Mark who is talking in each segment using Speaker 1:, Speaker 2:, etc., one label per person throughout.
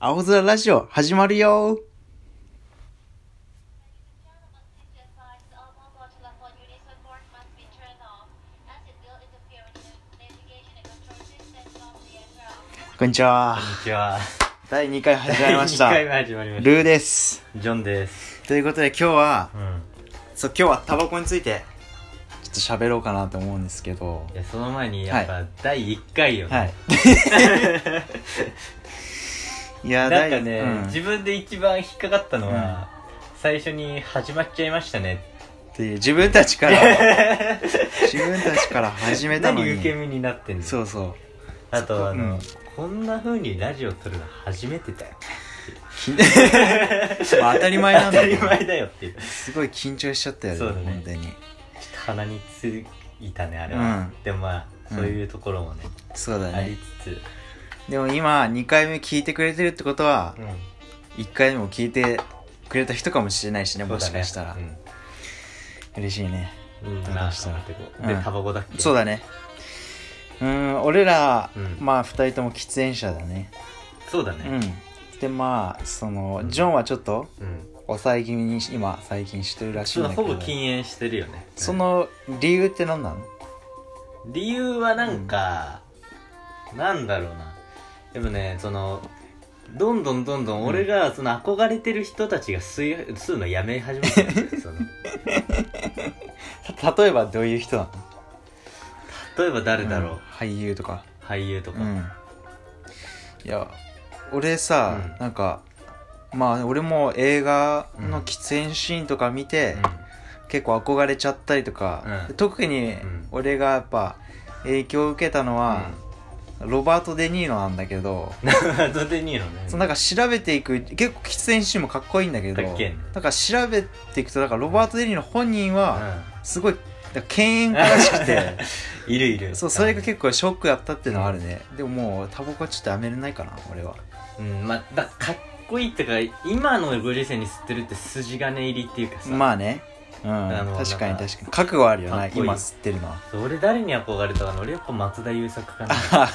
Speaker 1: 青空ラジオ始まるよ
Speaker 2: Your device or mobile telephone unit support must be turned off, as it will interfere with the navigation and control systems of the aircraft.
Speaker 1: こんにちは
Speaker 3: こんにちは。
Speaker 1: 第2回始まりました
Speaker 3: 2回目始まりまし
Speaker 1: ルーです
Speaker 3: た。ジョンです。
Speaker 1: ということで今日は
Speaker 3: うん。
Speaker 1: そう今日はタバコについてちょっと喋ろうかなと思うんですけど
Speaker 3: いや、その前に、やっぱ、第1回よね。
Speaker 1: はいいや
Speaker 3: なんか
Speaker 1: 第
Speaker 3: ね、
Speaker 1: うん
Speaker 3: 自分で一番引っかかったのは、最初に始まっちゃいましたね。
Speaker 1: っていう自分たちから 自分たちから始めたの
Speaker 3: 何
Speaker 1: に
Speaker 3: 受け身になってんの
Speaker 1: そうそう
Speaker 3: あと、あ
Speaker 1: う
Speaker 3: の、
Speaker 1: ん
Speaker 3: こんな風にラジオ撮るの初めてだよ。
Speaker 1: まあ当たり前なんだけ
Speaker 3: 当
Speaker 1: ど
Speaker 3: たり前だよっていう。ちょ
Speaker 1: すごい緊張しちゃったよね
Speaker 3: そうだね
Speaker 1: 本当に
Speaker 3: っと鼻についたね、あれは。
Speaker 1: うん
Speaker 3: でもまあ、そういうところもね、
Speaker 1: そうだ
Speaker 3: あり
Speaker 1: ね
Speaker 3: つつ、
Speaker 1: でも今2回目聞いてくれてるってことは
Speaker 3: うん
Speaker 1: 1回目も聞いてくれた人かもしれないしね
Speaker 3: そう
Speaker 1: も
Speaker 3: だ
Speaker 1: し
Speaker 3: ね
Speaker 1: かしたら
Speaker 3: うん
Speaker 1: 嬉しいね
Speaker 3: うん、
Speaker 1: だと
Speaker 3: まあ
Speaker 1: したら
Speaker 3: 待ってこう
Speaker 1: うん
Speaker 3: で、タバコだっけ
Speaker 1: そうだねうーん俺ら
Speaker 3: うん
Speaker 1: まあ2人とも喫煙者だね
Speaker 3: そうだね。
Speaker 1: うんでまあその
Speaker 3: うん
Speaker 1: ジョンはちょっと
Speaker 3: うん
Speaker 1: 抑え気味に今最近してるらしい
Speaker 3: そ
Speaker 1: んだ
Speaker 3: うだ
Speaker 1: けど
Speaker 3: ほぼ禁煙してるよね
Speaker 1: その理由って何なの
Speaker 3: 理由はなんか、なんだろうなでもねそのどんどんどんどん俺がその憧れてる人たちが吸い吸うのやめ始めてる んだよその
Speaker 1: た例えばどういう人なの
Speaker 3: 例えば誰だろう、
Speaker 1: ん俳優とか
Speaker 3: 俳優とか、
Speaker 1: うんいや俺さ、
Speaker 3: うん
Speaker 1: なんかまあ俺も映画の喫煙シーンとか見て、結構憧れちゃったりとか、
Speaker 3: うん
Speaker 1: 特に
Speaker 3: ん
Speaker 1: 俺がやっぱ影響を受けたのは、ロバート・デ・ニーロなんだけど、
Speaker 3: うん、ゾデニーロね
Speaker 1: そのなんか調べていく結構喫煙シーンもかっこいいんだけど
Speaker 3: かっけえね
Speaker 1: なんか調べていくとなんかロバート・デ・ニーロ本人は
Speaker 3: う
Speaker 1: すごいなんか敬遠家らしく て
Speaker 3: ん、いるいる
Speaker 1: そうそれが結構ショックやったっていうのはあるね、でももうタバコはちょっとやめれないかな俺は
Speaker 3: うんまあだかっこいいってか今のご時世に吸ってるって筋金入りっていうかさ、
Speaker 1: まあねうん
Speaker 3: の
Speaker 1: 確かに
Speaker 3: なんか
Speaker 1: 確かに覚悟あるよ
Speaker 3: か
Speaker 1: な
Speaker 3: っこいい
Speaker 1: 今吸ってるのは
Speaker 3: そう俺誰に憧れたかな俺やっぱ松田優作かな
Speaker 1: あはは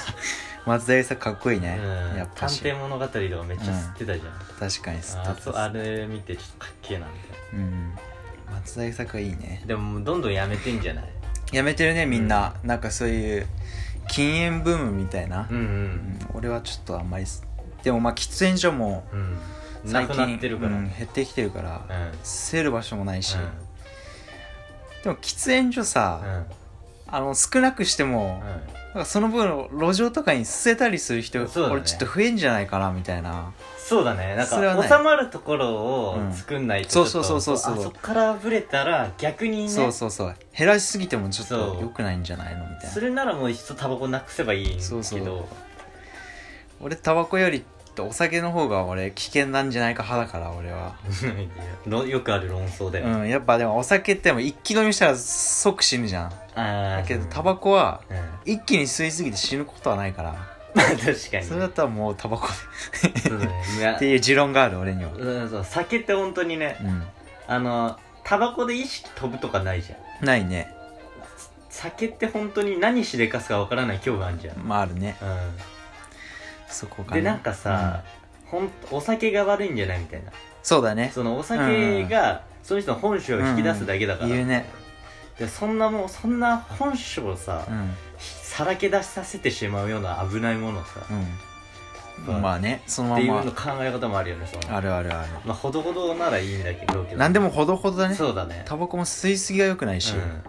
Speaker 1: 松田優作かっこいいね、
Speaker 3: うん
Speaker 1: やっぱ
Speaker 3: 探
Speaker 1: し
Speaker 3: 偵物語とかめっちゃ吸ってたじゃん、
Speaker 1: 確かに吸
Speaker 3: あ
Speaker 1: って
Speaker 3: そう
Speaker 1: た
Speaker 3: あれ見てちょっとかっけえなみたい
Speaker 1: うん松田優作はいいね
Speaker 3: なでももうどんどんやめてんじゃない
Speaker 1: やめてるねみんな、なんかそういう禁煙ブームみたいな、
Speaker 3: う
Speaker 1: うん
Speaker 3: ん
Speaker 1: 俺はちょっとあんまりすでもまあ喫煙所も
Speaker 3: うんうんなくなってるか
Speaker 1: う
Speaker 3: らうんん
Speaker 1: 減ってきてるから、
Speaker 3: う
Speaker 1: 吸える場所もないし、でも喫煙所さ、
Speaker 3: ん
Speaker 1: あの少なくしても、なんかその分路上とかに捨てたりする人、
Speaker 3: そうだね
Speaker 1: 俺ちょっと増えんじゃないかなみたいな
Speaker 3: そうだねなん
Speaker 1: それはな
Speaker 3: か
Speaker 1: い
Speaker 3: 収まるところを作んないとちょっと
Speaker 1: うんそうそうそうそうそう
Speaker 3: あそっからブレたら逆にね
Speaker 1: そうそうそう減らしすぎてもちょっと
Speaker 3: そう
Speaker 1: 良くないんじゃないのみたい
Speaker 3: そ
Speaker 1: な
Speaker 3: れならもういっそタバコなくせば いいんだけど
Speaker 1: そうそう俺タバコよりお酒の方が俺危険なんじゃないか派だから俺は
Speaker 3: のよくある論争だよ、
Speaker 1: うんやっぱでもお酒ってもう一気飲みしたら即死ぬじゃん
Speaker 3: あ
Speaker 1: だ
Speaker 3: あ
Speaker 1: けどタバコは
Speaker 3: うん
Speaker 1: 一気に吸いすぎて死ぬことはないから
Speaker 3: 確かに
Speaker 1: それだったらもうタバコっ
Speaker 3: そうだねい や
Speaker 1: ていう持論がある俺には
Speaker 3: うんそう酒って本当にね
Speaker 1: うん
Speaker 3: あのタバコで意識飛ぶとかないじゃん
Speaker 1: ないね
Speaker 3: 酒って本当に何しでかすかわからない恐怖あんじゃん、う
Speaker 1: まああるね
Speaker 3: ん、
Speaker 1: そこがね
Speaker 3: でなんかさ、ほんお酒が悪いんじゃないみたいな
Speaker 1: そうだね
Speaker 3: そのお酒がその人の本性を引き出すだけだから、
Speaker 1: 言うね
Speaker 3: でそんなもうそんな本性をさ、
Speaker 1: うん
Speaker 3: さらけ出しさせてしまうような危ないものをさ、
Speaker 1: う
Speaker 3: ま
Speaker 1: ん
Speaker 3: あ
Speaker 1: まあねその
Speaker 3: っていう
Speaker 1: ま
Speaker 3: の
Speaker 1: ん
Speaker 3: 考え方もあるよねその
Speaker 1: まあるあるあ
Speaker 3: まあほどほどならいいんだけど
Speaker 1: るなんでもほどほどだね
Speaker 3: そうだね
Speaker 1: タバコも吸いすぎが良くないし、
Speaker 3: うん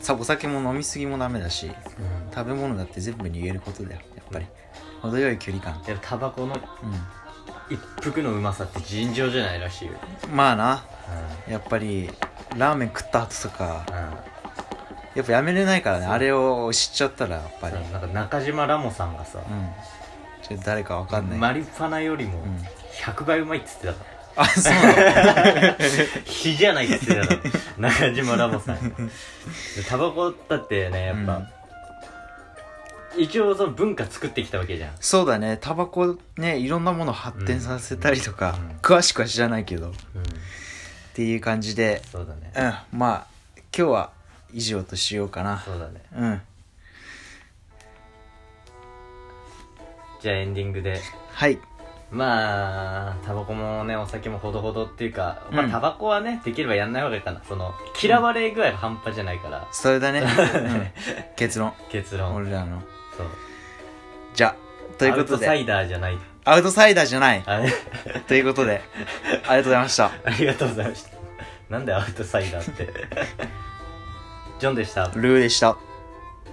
Speaker 1: さお酒も飲みすぎもダメだし
Speaker 3: うん
Speaker 1: 食べ物だって全部逃げることだよやっぱり程よい距離感
Speaker 3: でもタバコの一服のうまさって尋常じゃないらしいよ、
Speaker 1: うんまあな
Speaker 3: うん
Speaker 1: やっぱりラーメン食った後とか
Speaker 3: う
Speaker 1: やっぱやめれないからねあれを知っちゃったらやっぱりうん
Speaker 3: ん、なんか中島ラモさんがさ、
Speaker 1: ちょっと誰かわかんない、
Speaker 3: マリファナよりも
Speaker 1: ん
Speaker 3: 100倍うまいっつってたか
Speaker 1: あそうなの
Speaker 3: ら火じゃないっつってたから中島ラモさんがでタバコだってねやっぱ、一応その文化作ってきたわけじゃん
Speaker 1: そうだねタバコねいろんなもの発展させたりとか、
Speaker 3: うんうん
Speaker 1: 詳しくは知らないけどっ
Speaker 3: うん
Speaker 1: ていう感じで
Speaker 3: そうだね
Speaker 1: うんまあ今日は以上としようかな
Speaker 3: そうだね
Speaker 1: うん
Speaker 3: じゃあエンディングで
Speaker 1: はい
Speaker 3: まあタバコもねお酒もほどほどっていうか、ま
Speaker 1: う
Speaker 3: あ
Speaker 1: ん
Speaker 3: タバコはねできればやんない方がいいかなその嫌われ具合が半端じゃないから、
Speaker 1: それだね、うん 結論
Speaker 3: 結論
Speaker 1: 俺らの
Speaker 3: そう
Speaker 1: じゃあというこ
Speaker 3: アウト
Speaker 1: とで
Speaker 3: サイダーじゃない
Speaker 1: アウトサイダーじゃない
Speaker 3: あれ
Speaker 1: ということでありがとうございました
Speaker 3: ありがとうございましたなんでアウトサイダーってジョンでした
Speaker 1: ルーでした